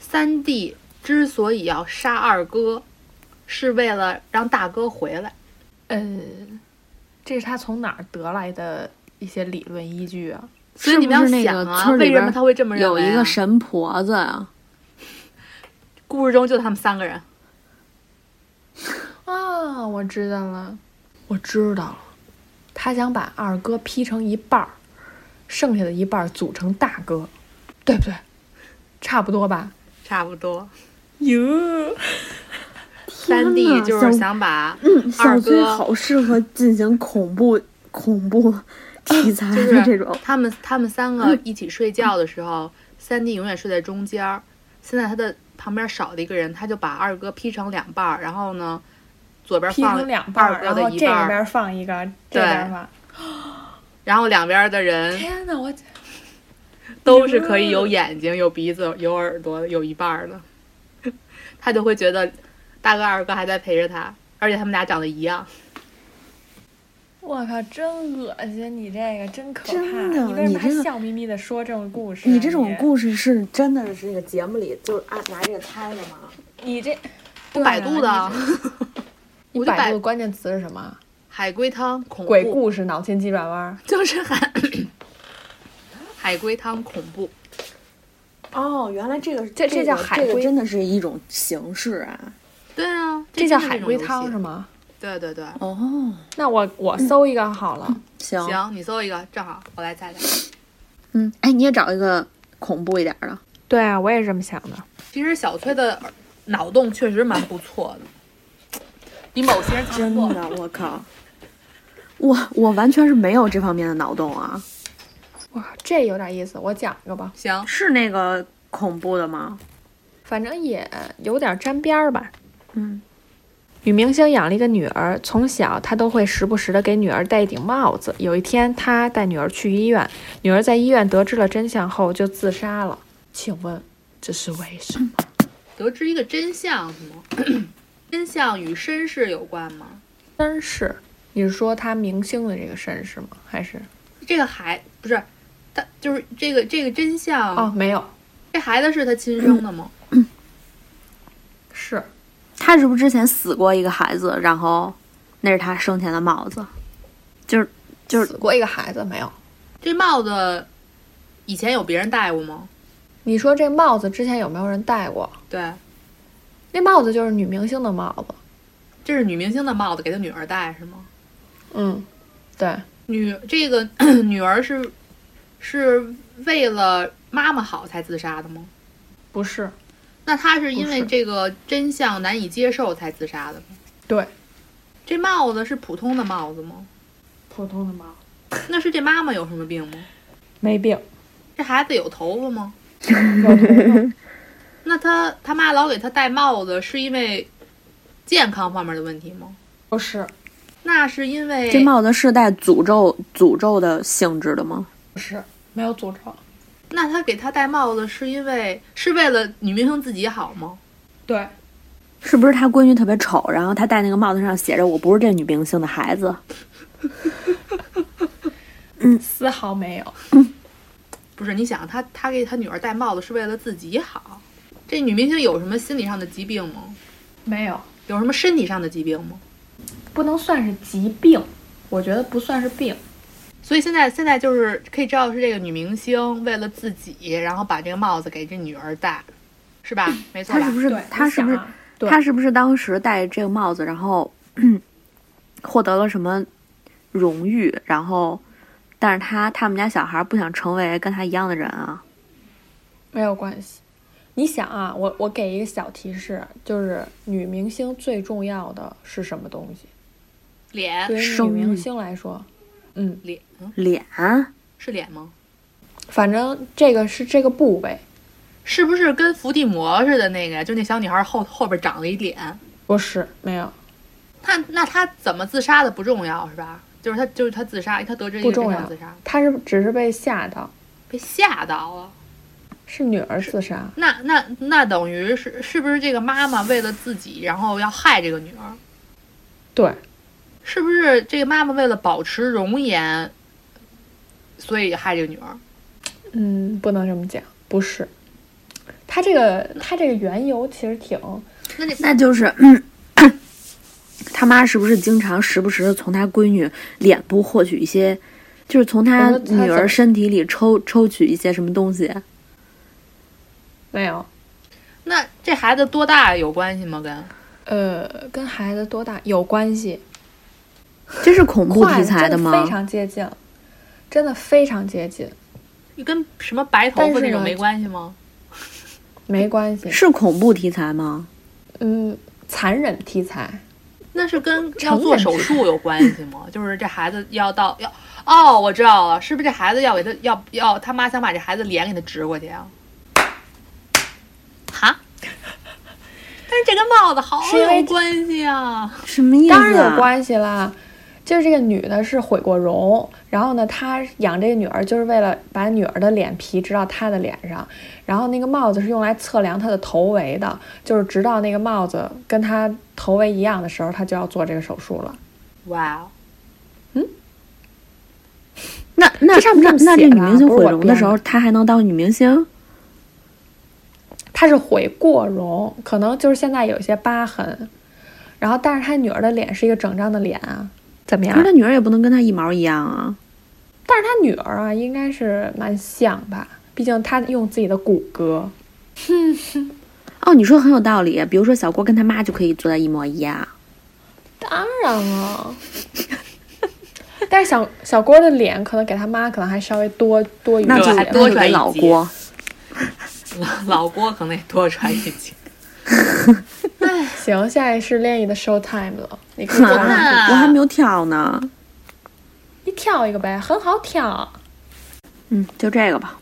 [SPEAKER 2] 三弟之所以要杀二哥，是为了让大哥回来。
[SPEAKER 4] 呃，这是他从哪儿得来的一些理论依据啊？
[SPEAKER 2] 所以你们
[SPEAKER 5] 是不
[SPEAKER 2] 要
[SPEAKER 5] 是那
[SPEAKER 2] 想
[SPEAKER 5] 个
[SPEAKER 2] 啊，
[SPEAKER 5] 村里
[SPEAKER 2] 为什
[SPEAKER 5] 边
[SPEAKER 2] 么他会这么认
[SPEAKER 5] 有
[SPEAKER 2] 为、啊？
[SPEAKER 5] 一个神婆子啊，
[SPEAKER 2] 故事中就他们三个人，
[SPEAKER 4] 啊，我知道了，我知道了，他想把二哥劈成一半儿，剩下的一半儿组成大哥，对不对？差不多吧。
[SPEAKER 2] 差不多。
[SPEAKER 4] 哟，
[SPEAKER 2] 三弟就是想把二
[SPEAKER 4] 嗯
[SPEAKER 6] 小崔
[SPEAKER 2] 哥，
[SPEAKER 6] 好适合进行恐怖恐怖
[SPEAKER 2] <laughs>
[SPEAKER 6] 题材
[SPEAKER 2] 就
[SPEAKER 6] 的
[SPEAKER 2] 是
[SPEAKER 6] 这种。
[SPEAKER 2] 他们他们三
[SPEAKER 4] 嗯
[SPEAKER 2] 个一起睡觉的时候，三弟永远睡在中间儿。现在他的旁边少了一个人，他就把二哥劈成两半儿，然后呢，左边
[SPEAKER 4] 劈
[SPEAKER 2] 放
[SPEAKER 4] 成两半
[SPEAKER 2] 二
[SPEAKER 4] 儿，
[SPEAKER 2] 哥
[SPEAKER 4] 然
[SPEAKER 2] 的
[SPEAKER 4] 后
[SPEAKER 2] 一
[SPEAKER 4] 这
[SPEAKER 2] 半儿，
[SPEAKER 4] 边儿放一个，这
[SPEAKER 2] 对
[SPEAKER 4] 边儿放。
[SPEAKER 2] 然后两边的人
[SPEAKER 4] 天哪，我
[SPEAKER 2] 都是可以有眼睛、有鼻子、有耳朵、有一半儿的，他就会觉得大哥、二哥还在陪着他，而且他们俩长得一样。
[SPEAKER 4] 我靠，真恶心！你这个真可怕，
[SPEAKER 6] 真的
[SPEAKER 4] 你为什
[SPEAKER 6] 你
[SPEAKER 4] 么还
[SPEAKER 6] 这个
[SPEAKER 4] 笑眯眯的说这种故事啊、
[SPEAKER 6] 你这种故事是真的是这个节目里就按拿这个猜的吗？
[SPEAKER 4] 你，你这
[SPEAKER 2] 我百度的啊，
[SPEAKER 4] 你
[SPEAKER 2] <laughs> 我就
[SPEAKER 4] 百
[SPEAKER 2] 百
[SPEAKER 4] 度的关键词是什么？
[SPEAKER 2] 海龟汤恐
[SPEAKER 4] 鬼
[SPEAKER 2] 怖，
[SPEAKER 4] 故事脑筋急转弯儿。
[SPEAKER 2] <laughs> 就是海 <coughs> 海龟汤恐怖。
[SPEAKER 6] 哦，原来这个
[SPEAKER 4] 这这叫
[SPEAKER 6] 个
[SPEAKER 4] 海
[SPEAKER 6] 这
[SPEAKER 4] 龟
[SPEAKER 6] 个真的是一种形式啊。
[SPEAKER 2] 对啊，
[SPEAKER 4] 这叫
[SPEAKER 2] 真的
[SPEAKER 4] 海
[SPEAKER 2] 是一种
[SPEAKER 4] 龟
[SPEAKER 2] 游戏
[SPEAKER 4] 汤是？吗？
[SPEAKER 2] 对对对，
[SPEAKER 5] 哦，
[SPEAKER 4] 那我我搜一个好了，
[SPEAKER 5] 行，
[SPEAKER 2] 行，你搜一个，正好我来猜猜。
[SPEAKER 5] 嗯，哎，你也找一个恐怖一点儿的。
[SPEAKER 4] 对啊，我也是这么想的。
[SPEAKER 2] 其实小崔的脑洞确实蛮不错的， <coughs> 比某些人强
[SPEAKER 6] 真
[SPEAKER 2] 多了。
[SPEAKER 6] 的，
[SPEAKER 5] <laughs>
[SPEAKER 6] 我靠！我我完全是没有这方面的脑洞啊！
[SPEAKER 4] 哇，这有点意思，我讲一个吧。
[SPEAKER 2] <coughs> 行，
[SPEAKER 5] 是那个恐怖的吗？
[SPEAKER 4] 反正也有点沾边儿吧。嗯，女明星养了一个女儿，从小她都会时不时的给女儿戴一顶帽子。有一天，她带女儿去医院，女儿在医院得知了真相后就自杀了。请问这是为什么？
[SPEAKER 2] 得知一个真相是吗？ <coughs> 真相与身世有关吗？
[SPEAKER 4] 绅士，嗯你是说她明星的这个绅士吗？还是
[SPEAKER 2] 这个孩不是，他就是这个这个真相。
[SPEAKER 4] 哦，没有，
[SPEAKER 2] 这孩子是他亲生的吗？
[SPEAKER 4] 是
[SPEAKER 5] 他是不是之前死过一个孩子，然后那是他生前的帽
[SPEAKER 6] 哎
[SPEAKER 5] 子？就是就是
[SPEAKER 4] 死过一个孩子没有？
[SPEAKER 2] 这帽子以前有别人戴过吗？
[SPEAKER 4] 你说这帽子之前有没有人戴过？
[SPEAKER 2] 对，
[SPEAKER 4] 那帽子就是女明星的帽子。
[SPEAKER 2] 这是女明星的帽子，给他女儿戴是吗？
[SPEAKER 4] 嗯，对，
[SPEAKER 2] 女这个 <coughs> 女儿是是为了妈妈好才自杀的吗？
[SPEAKER 4] 不是，
[SPEAKER 2] 那她是因为
[SPEAKER 4] 不是
[SPEAKER 2] 这个真相难以接受才自杀的吗？
[SPEAKER 4] 对，
[SPEAKER 2] 这帽子是普通的帽子吗？
[SPEAKER 4] 普通的帽子，
[SPEAKER 2] 那是这妈妈有什么病吗？
[SPEAKER 4] 没病。
[SPEAKER 2] 这孩子有头发吗？那他他妈老给他戴帽子，是因为健康方面的问题吗？
[SPEAKER 4] 不是，
[SPEAKER 2] 那是因为
[SPEAKER 5] 这帽子是带诅咒诅咒的性质的吗？
[SPEAKER 4] 不是，没有诅咒。
[SPEAKER 2] 那他给他戴帽子是因为是为了女明星自己好吗？
[SPEAKER 4] 对，
[SPEAKER 5] 是不是他闺女特别丑，然后他戴那个帽子上写着“我不是这女明星的孩子
[SPEAKER 4] 丝毫没有。
[SPEAKER 2] 不是，你想他他给他女儿戴帽子是为了自己好，这女明星有什么心理上的疾病吗？
[SPEAKER 4] 没有，
[SPEAKER 2] 有什么身体上的疾病吗？
[SPEAKER 4] 不能算是疾病，我觉得不算是病。
[SPEAKER 2] 所以现在现在就是可以知道是这个女明星为了自己，然后把这个帽子给这女儿戴，是吧？没”。错
[SPEAKER 5] 他
[SPEAKER 2] 吧？
[SPEAKER 5] 是不是
[SPEAKER 4] 对，
[SPEAKER 5] 他
[SPEAKER 4] 你
[SPEAKER 5] 是不是
[SPEAKER 4] 想啊对
[SPEAKER 5] 他是不是当时戴这个帽子，然后嗯获得了什么荣誉？然后，但是他他们家小孩不想成为跟他一样的人啊？
[SPEAKER 4] 没有关系？你想啊，我我给一个小提示，就是女明星最重要的是什么东西？
[SPEAKER 2] 脸
[SPEAKER 4] 对于女
[SPEAKER 5] 生育
[SPEAKER 4] 明星来说，嗯，
[SPEAKER 2] 脸嗯
[SPEAKER 5] 脸
[SPEAKER 2] 是脸吗？
[SPEAKER 4] 反正这个是这个部位，
[SPEAKER 2] 是不是跟伏地魔似的那个呀？就那小女孩后后边长了一脸，
[SPEAKER 4] 不是没有
[SPEAKER 2] 他那他怎么自杀的不重要是吧？就是他就是他自杀，他得知一
[SPEAKER 4] 不
[SPEAKER 2] 个真
[SPEAKER 4] 重
[SPEAKER 2] 相
[SPEAKER 4] 要
[SPEAKER 2] 自杀，，
[SPEAKER 4] 她是只是被吓到，
[SPEAKER 2] 被吓到了。
[SPEAKER 4] 是女儿自杀。
[SPEAKER 2] 那那那等于是是不是这个妈妈为了自己，然后要害这个女儿？
[SPEAKER 4] 对，
[SPEAKER 2] 是不是这个妈妈为了保持容颜，所以害这个女儿？
[SPEAKER 4] 嗯，不能这么讲，不是。她这个
[SPEAKER 5] 嗯
[SPEAKER 4] 她这个缘由其实挺
[SPEAKER 2] 那你
[SPEAKER 5] 那就是，嗯 <coughs> 他妈是不是经常时不时的从他闺女脸部获取一些，就是从呃他
[SPEAKER 4] 我觉得他怎
[SPEAKER 5] 女
[SPEAKER 4] 么
[SPEAKER 5] 儿身体里抽抽取一些什么东西？
[SPEAKER 4] 没有，
[SPEAKER 2] 那这孩子多大有关系吗？跟
[SPEAKER 4] 呃，跟孩子多大有关系？
[SPEAKER 5] 这是恐怖
[SPEAKER 4] 快
[SPEAKER 5] 题
[SPEAKER 4] 了
[SPEAKER 5] 材
[SPEAKER 4] 真的
[SPEAKER 5] 吗
[SPEAKER 4] 非？常接近，真的非常接近，
[SPEAKER 2] 跟什么白头
[SPEAKER 4] 但
[SPEAKER 2] 发
[SPEAKER 4] 是
[SPEAKER 2] 那种
[SPEAKER 4] 呢
[SPEAKER 2] 没关系吗？
[SPEAKER 4] 没关系。
[SPEAKER 5] 是恐怖题材吗？
[SPEAKER 4] 嗯，残忍题材，
[SPEAKER 2] 那是跟
[SPEAKER 4] 成
[SPEAKER 2] 要做
[SPEAKER 4] 人
[SPEAKER 2] 手
[SPEAKER 4] 之
[SPEAKER 2] 术有关系 <laughs> 吗？就是这孩子要到要哦，我知道了，是不是这孩子要给他要要他妈想把这孩子脸给他植过去啊？哈？但是这跟帽子好
[SPEAKER 4] 是因为
[SPEAKER 2] 有关系啊！
[SPEAKER 5] 什么意思、啊？
[SPEAKER 4] 当然有关系啦。就是这个女的是毁过容，然后呢，她养这个女儿就是为了把女儿的脸皮植到她的脸上，然后那个帽子是用来测量她的头围的，就是直到那个帽子跟她头围一样的时候，她就要做这个手术了。
[SPEAKER 2] 哇哦，
[SPEAKER 5] 那那
[SPEAKER 4] 这上面
[SPEAKER 5] 那
[SPEAKER 4] 这么写
[SPEAKER 5] 那这女
[SPEAKER 4] 的啊
[SPEAKER 5] 明星
[SPEAKER 4] 不是
[SPEAKER 5] 毁
[SPEAKER 4] 我
[SPEAKER 5] 容
[SPEAKER 4] 编
[SPEAKER 5] 的
[SPEAKER 4] 的
[SPEAKER 5] 时候，她还能当女明星？
[SPEAKER 4] 她是悔过容，可能就是现在有一些疤痕，然后但是她女儿的脸是一个整张的脸啊，怎么样
[SPEAKER 5] 可是？她女儿也不能跟她一毛一样啊。
[SPEAKER 4] 但是她女儿啊，应该是蛮像吧，毕竟她用自己的骨骼。
[SPEAKER 5] 哦，你说很有道理。比如说小郭跟他妈就可以做到一模一样。
[SPEAKER 4] 当然了， <laughs> 但是小小郭的脸可能给他妈可能还稍微多多余一
[SPEAKER 5] 那
[SPEAKER 2] 对
[SPEAKER 5] 就
[SPEAKER 2] 还
[SPEAKER 4] 些，
[SPEAKER 2] 多
[SPEAKER 5] 那就
[SPEAKER 2] 出来
[SPEAKER 5] 给
[SPEAKER 2] 一
[SPEAKER 5] 老
[SPEAKER 2] 集
[SPEAKER 5] 郭，
[SPEAKER 2] 老郭可能得多穿一件。
[SPEAKER 4] 行，下一是练习的 show time 了，你可以做
[SPEAKER 5] 啊
[SPEAKER 4] 你
[SPEAKER 2] 那
[SPEAKER 5] 我还没有挑呢。
[SPEAKER 4] 你跳一个呗，很好跳。
[SPEAKER 5] 嗯，就这个吧。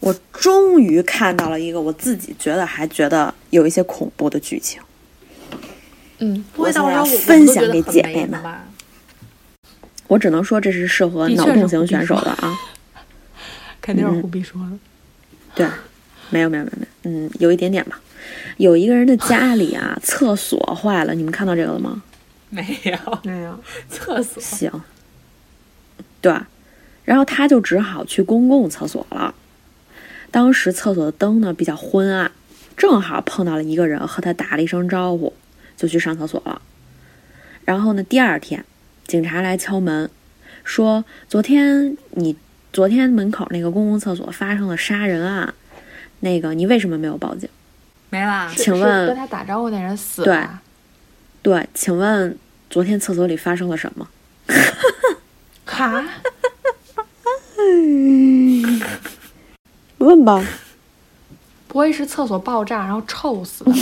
[SPEAKER 5] 我终于看到了一个我自己觉得还觉得有一些恐怖的剧情。
[SPEAKER 4] 嗯，
[SPEAKER 2] 不会到时候我们
[SPEAKER 5] 分
[SPEAKER 2] 都觉
[SPEAKER 5] 享
[SPEAKER 2] 得
[SPEAKER 5] 给
[SPEAKER 2] 很
[SPEAKER 5] 姐
[SPEAKER 2] 没
[SPEAKER 5] 妹
[SPEAKER 2] 的
[SPEAKER 5] 们
[SPEAKER 2] 吧？
[SPEAKER 5] 我只能说这是适合
[SPEAKER 7] 的确
[SPEAKER 5] 脑
[SPEAKER 7] 是
[SPEAKER 5] 洞型
[SPEAKER 7] 胡逼
[SPEAKER 5] 选手
[SPEAKER 7] 说
[SPEAKER 5] 的啊。
[SPEAKER 7] <laughs> 肯定是
[SPEAKER 5] 嗯
[SPEAKER 7] 胡逼说的。
[SPEAKER 5] 对，没有没有没有没有，嗯，有一点点吧。有一个人的家里啊，厕所坏了，你们看到这个了吗？
[SPEAKER 2] 没
[SPEAKER 5] <laughs>
[SPEAKER 2] 有，
[SPEAKER 7] 没有，
[SPEAKER 2] 厕所
[SPEAKER 5] 行，对，然后他就只好去公共厕所了。当时厕所的灯呢比较昏暗，正好碰到了一个人，和他打了一声招呼，就去上厕所了。然后呢，第二天，警察来敲门，说昨天你昨天门口那个公共厕所发生了杀人案，那个你为什么没有报警？
[SPEAKER 2] 没啦。
[SPEAKER 4] 是
[SPEAKER 5] 请问
[SPEAKER 4] 是跟他打招呼那人死
[SPEAKER 5] 对
[SPEAKER 4] 了？
[SPEAKER 5] 对，请问昨天厕所里发生了什么？
[SPEAKER 4] 哈，
[SPEAKER 5] <laughs> 问吧，
[SPEAKER 4] 不会是厕所爆炸然后臭死的吧？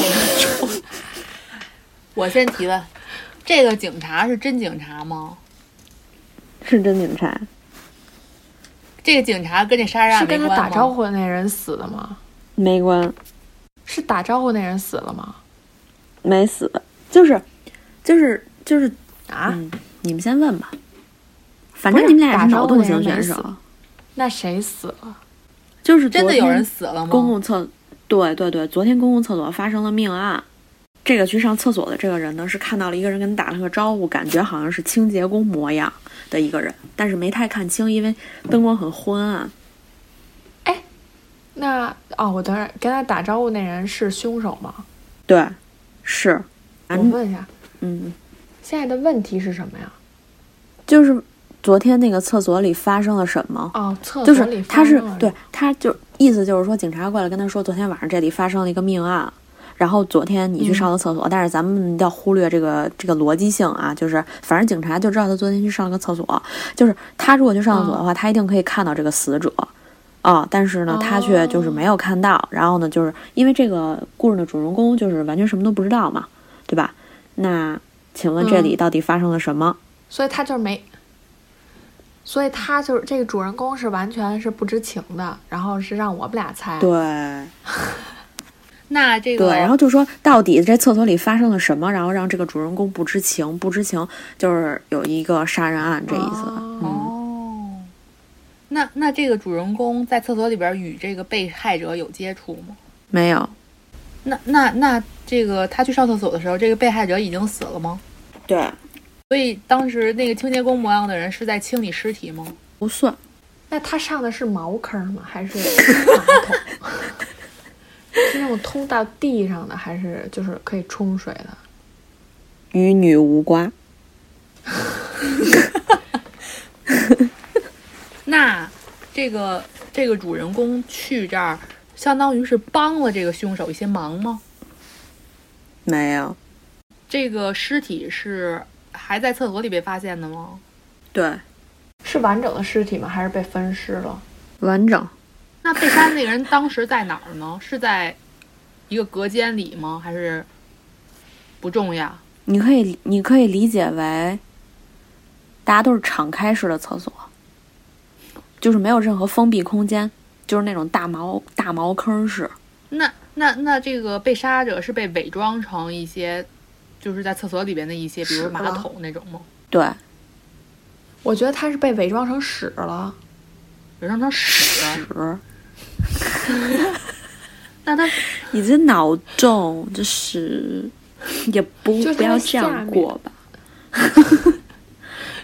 [SPEAKER 2] 我先提问，这个警察是真警察吗？
[SPEAKER 5] 是真警察。
[SPEAKER 2] 这个警察跟这杀人案
[SPEAKER 4] 是跟
[SPEAKER 2] 没
[SPEAKER 4] 他
[SPEAKER 2] 关
[SPEAKER 4] 打招
[SPEAKER 2] 吗？
[SPEAKER 4] 呼的那人死的吗？
[SPEAKER 5] 没关，
[SPEAKER 4] 是打招呼那人死了吗？
[SPEAKER 5] 没死，就是，就是，就是，
[SPEAKER 4] 啊，
[SPEAKER 5] 嗯，你们先问吧。反
[SPEAKER 4] 不
[SPEAKER 5] 正
[SPEAKER 4] 是
[SPEAKER 5] 你们俩
[SPEAKER 4] 打
[SPEAKER 5] 是
[SPEAKER 4] 招
[SPEAKER 5] 脑
[SPEAKER 4] 呼
[SPEAKER 5] 洞
[SPEAKER 4] 那
[SPEAKER 5] 型
[SPEAKER 4] 人
[SPEAKER 5] 选
[SPEAKER 4] 没
[SPEAKER 5] 手
[SPEAKER 4] 死，那谁死了？
[SPEAKER 5] 就是
[SPEAKER 2] 真的
[SPEAKER 5] 昨
[SPEAKER 2] 有
[SPEAKER 5] 天
[SPEAKER 2] 人死了吗？
[SPEAKER 5] 公共厕，对对对，昨天公共厕所发生了命案。这个去上厕所的这个人呢，是看到了一个人跟打了个招呼，感觉好像是清洁工模样的一个人，但是没太看清，因为灯光很昏暗。
[SPEAKER 4] 那哦，我等会儿跟他打招呼那人是凶手吗？
[SPEAKER 5] 对，是，
[SPEAKER 4] 我
[SPEAKER 5] 嗯
[SPEAKER 4] 问一下，
[SPEAKER 5] 嗯，
[SPEAKER 4] 现在的问题是什么呀？
[SPEAKER 5] 就是昨天那个厕所里发生了什么？
[SPEAKER 4] 哦，厕
[SPEAKER 5] 就
[SPEAKER 4] 所里
[SPEAKER 5] 是他
[SPEAKER 4] 发
[SPEAKER 5] 是
[SPEAKER 4] 生了
[SPEAKER 5] 对，他就意思就是说，警察过来跟他说，昨天晚上这里发生了一个命案，然后昨天你去上了厕所，但是咱们要忽略这个这个逻辑性啊，就是反正警察就知道他昨天去上了个厕所，就是他如果去上厕所的话，他一定可以看到这个死者。啊，但是呢，他却就是没有看到。然后呢，就是因为这个故事的主人公就是完全什么都不知道嘛，对吧？那请问这里到底发生了什么？
[SPEAKER 4] 所以他就是没，所以他就是这个主人公是完全是不知情的，然后是让我们俩猜。
[SPEAKER 5] 对，
[SPEAKER 2] 那这个
[SPEAKER 4] 哦
[SPEAKER 5] 对，然后就说到底这厕所里发生了什么，然后让这个主人公不知情，不知情就是有一个杀人案这意思。嗯，
[SPEAKER 2] 哦，那那这个主人公在厕所里边与这个被害者有接触吗？
[SPEAKER 5] 没有，
[SPEAKER 2] 那那那这个他去上厕所的时候，这个被害者已经死了吗？
[SPEAKER 5] 对，
[SPEAKER 2] 所以当时那个清洁工模样的人是在清理尸体吗？
[SPEAKER 5] 不算，
[SPEAKER 4] 那他上的是茅坑吗？还是马桶？ <laughs> 是那种通到地上的，还是就是可以冲水的？
[SPEAKER 5] 与女无关。
[SPEAKER 2] 那这个这个主人公去这儿，相当于是帮了这个凶手一些忙吗？
[SPEAKER 5] 没有，
[SPEAKER 2] 这个尸体是还在厕所里被发现的吗？
[SPEAKER 5] 对，
[SPEAKER 4] 是完整的尸体吗？还是被分尸了？
[SPEAKER 5] 完整，
[SPEAKER 2] 那被杀的那个人当时在哪儿呢？是在一个隔间里吗？还是不重要？
[SPEAKER 5] 你可以你可以理解为，大家都是敞开式的厕所，就是没有任何封闭空间，就是那种大茅大茅坑式。
[SPEAKER 2] 那那那这个被杀者是被伪装成一些，就是在厕所里边的一些，比如
[SPEAKER 4] 是
[SPEAKER 2] 马
[SPEAKER 4] 吧
[SPEAKER 2] 桶那种吗？
[SPEAKER 5] 对，
[SPEAKER 4] 我觉得他是被伪装成屎了。
[SPEAKER 2] 伪装成屎？
[SPEAKER 5] 是，
[SPEAKER 2] <laughs>
[SPEAKER 4] <laughs>
[SPEAKER 2] 那他
[SPEAKER 5] 你这脑洞就是也不
[SPEAKER 4] 就是
[SPEAKER 5] 不
[SPEAKER 4] 它
[SPEAKER 5] 要
[SPEAKER 4] 下
[SPEAKER 5] 这样
[SPEAKER 4] 面
[SPEAKER 5] 过吧。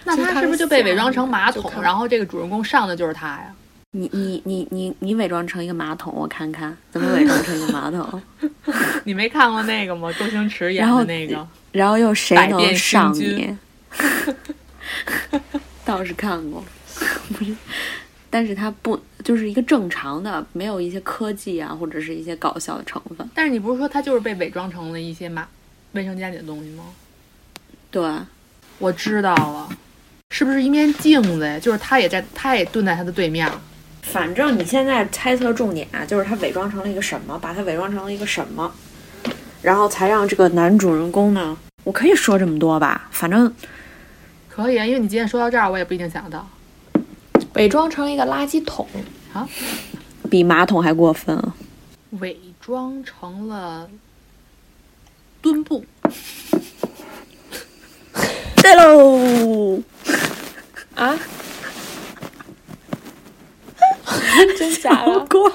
[SPEAKER 2] 那
[SPEAKER 4] 就是
[SPEAKER 2] 他
[SPEAKER 4] 他
[SPEAKER 2] 是不
[SPEAKER 4] 的
[SPEAKER 2] 是就被
[SPEAKER 4] 下
[SPEAKER 2] 伪装
[SPEAKER 4] 面
[SPEAKER 2] 成马
[SPEAKER 4] 就
[SPEAKER 2] 桶？
[SPEAKER 4] 看
[SPEAKER 2] 然后这个主人公上的就是他呀？
[SPEAKER 5] 你你你你你伪装成一个马桶，我看看怎么伪装成一个马桶，
[SPEAKER 2] 你没看过那个吗？周星驰演
[SPEAKER 5] 然后
[SPEAKER 2] 的那个，
[SPEAKER 5] 然后又谁
[SPEAKER 2] 百
[SPEAKER 5] 能
[SPEAKER 2] 变
[SPEAKER 5] 上
[SPEAKER 2] 星
[SPEAKER 5] 你？
[SPEAKER 6] <laughs>
[SPEAKER 5] 倒是看过，不是，但是它不就是一个正常的，没有一些科技啊或者是一些搞笑的成分。
[SPEAKER 2] 但是你不是说他就是被伪装成了一些马卫生间里的东西吗？
[SPEAKER 5] 对，
[SPEAKER 2] 我知道了，是不是一面镜子呀？就是他也在，他也蹲在他的对面。
[SPEAKER 6] 反正你现在猜测重点啊，就是他伪装成了一个什么，把他伪装成了一个什么，然后才让这个男主人公呢，我可以说这么多吧，反正
[SPEAKER 2] 可以啊，因为你今天说到这儿，我也不一定想得到。
[SPEAKER 4] 伪装成一个垃圾
[SPEAKER 5] <laughs>
[SPEAKER 4] 桶，
[SPEAKER 6] 比马桶还过分啊。
[SPEAKER 2] 伪装成了墩布， <laughs>
[SPEAKER 6] 对喽，
[SPEAKER 4] 真假的？ <laughs>
[SPEAKER 6] 过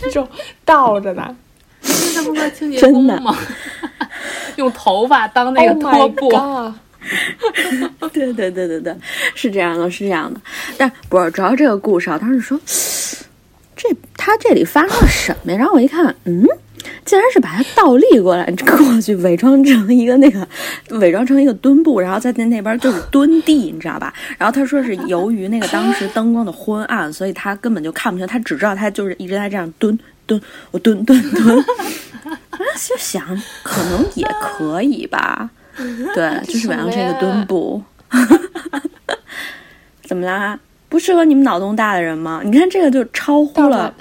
[SPEAKER 4] 这种倒着的。
[SPEAKER 2] 这不是清洁
[SPEAKER 6] 真
[SPEAKER 2] 工
[SPEAKER 6] 的
[SPEAKER 2] 吗？ <laughs> 用头发当那个
[SPEAKER 4] Oh
[SPEAKER 5] <laughs>
[SPEAKER 2] 拖
[SPEAKER 4] my
[SPEAKER 2] 布
[SPEAKER 4] god！
[SPEAKER 6] 哦对对对对对，是这样的，是这样的。但不是，主要这个故事啊，当时说， <sniffs> 这他这里发生了什么呀？然后我一看，嗯，竟然是把它倒立过来，过去伪装成一个那个，伪装成一个墩布，然后在那那边就是蹲地，你知道吧？ <laughs> 然后他说是由于那个当时灯光的昏暗，所以他根本就看不清，他只知道他就是一直在这样蹲蹲，我蹲蹲蹲。 <laughs> 啊，就想可能也可以吧，对，就是伪装成一个墩布。 <laughs> 怎么啦？不适合你们脑洞大的人吗？你看这个就超乎了，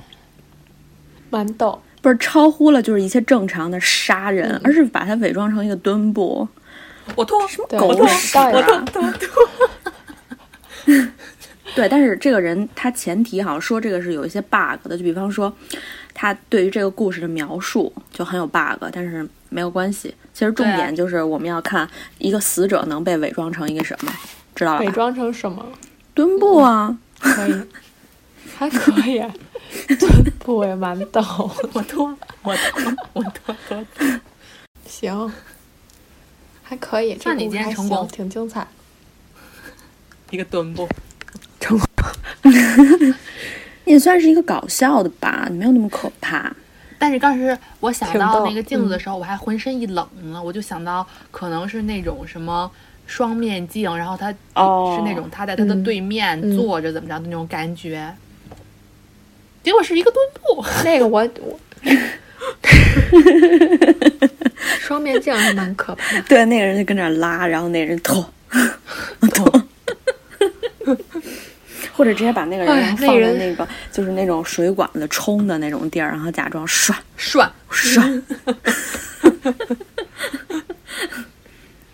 [SPEAKER 4] 豌豆，
[SPEAKER 6] 不是超乎了，就是一些正常的杀人，而是把它伪装成一个墩布，
[SPEAKER 2] 我吐，
[SPEAKER 4] 对，
[SPEAKER 6] 狗屎
[SPEAKER 4] 倒也
[SPEAKER 6] 啊！对，但是这个人他前提好像说这个是有一些 bug 的，就比方说他对于这个故事的描述就很有 bug，但是没有关系。其实重
[SPEAKER 2] 对啊
[SPEAKER 6] 点就是我们要看一个死者能被伪装成一个什么，知道
[SPEAKER 4] 伪
[SPEAKER 6] 了吧？
[SPEAKER 4] 装成什么？
[SPEAKER 6] 墩布啊，
[SPEAKER 4] 可以，还可以， <laughs> 真不会豌豆。
[SPEAKER 2] 我吐，我吐，我吐，我吐。
[SPEAKER 4] 行，还可以，这
[SPEAKER 2] 算你
[SPEAKER 4] 故事
[SPEAKER 2] 今天
[SPEAKER 4] 还
[SPEAKER 2] 成
[SPEAKER 4] 行
[SPEAKER 2] 功
[SPEAKER 4] 挺精彩。
[SPEAKER 2] <laughs> 一个墩布，
[SPEAKER 6] 也算是一个搞笑的吧，没有那么可怕。
[SPEAKER 2] 但是当时我想
[SPEAKER 4] 挺
[SPEAKER 2] 到
[SPEAKER 4] 逗嗯
[SPEAKER 2] 那个镜子的时候，我还浑身一冷呢，我就想到可能是那种什么双面镜，然后他
[SPEAKER 6] 哦
[SPEAKER 2] 是那种他在他的
[SPEAKER 4] 嗯
[SPEAKER 2] 对面
[SPEAKER 4] 嗯
[SPEAKER 2] 坐着怎么着的那种感觉，结果是一个墩布，
[SPEAKER 4] 那个我我。双面镜还蛮可
[SPEAKER 2] 嗯
[SPEAKER 4] 怕的，
[SPEAKER 6] <laughs> 对，那个人就跟那儿拉，然后那人
[SPEAKER 4] <laughs>
[SPEAKER 6] 吐，吐，或者直接把那个
[SPEAKER 4] 哎呀
[SPEAKER 6] 人
[SPEAKER 4] 那
[SPEAKER 6] 放在
[SPEAKER 4] 人
[SPEAKER 6] 那个就是那种水管子冲的那种地儿，然后假装涮
[SPEAKER 2] 涮。
[SPEAKER 4] <laughs>
[SPEAKER 6] 涮。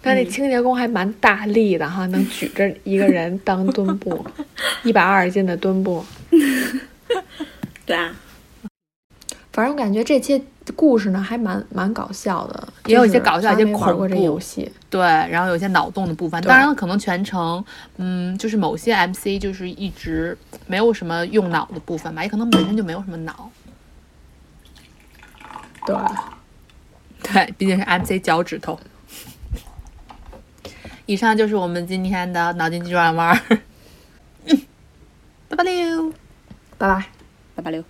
[SPEAKER 4] 但那清洁工还蛮大力的哈，能举着一个人当墩
[SPEAKER 2] <laughs>
[SPEAKER 4] 布，一百二十斤的墩布。
[SPEAKER 6] 对啊，
[SPEAKER 4] 反正我感觉这些故事呢，还蛮蛮搞笑的，
[SPEAKER 2] 也有一
[SPEAKER 4] 就是
[SPEAKER 2] 些搞
[SPEAKER 4] 从
[SPEAKER 2] 笑
[SPEAKER 4] 来
[SPEAKER 2] 一些
[SPEAKER 4] 没玩过这
[SPEAKER 2] 恐怖
[SPEAKER 4] 游戏。
[SPEAKER 2] 对，然后有一些脑洞的部分，
[SPEAKER 4] 对
[SPEAKER 2] 当然了可能全程，嗯，就是某些 MC 就是一直没有什么用脑的部分吧，也可能本身就没有什么脑。
[SPEAKER 4] 对，
[SPEAKER 2] <laughs> 对，毕竟是 MC 脚趾头。以上就是我们今天的脑 <laughs> 筋急转弯儿，嗯拜拜溜。
[SPEAKER 4] 拜拜。
[SPEAKER 6] 八八六。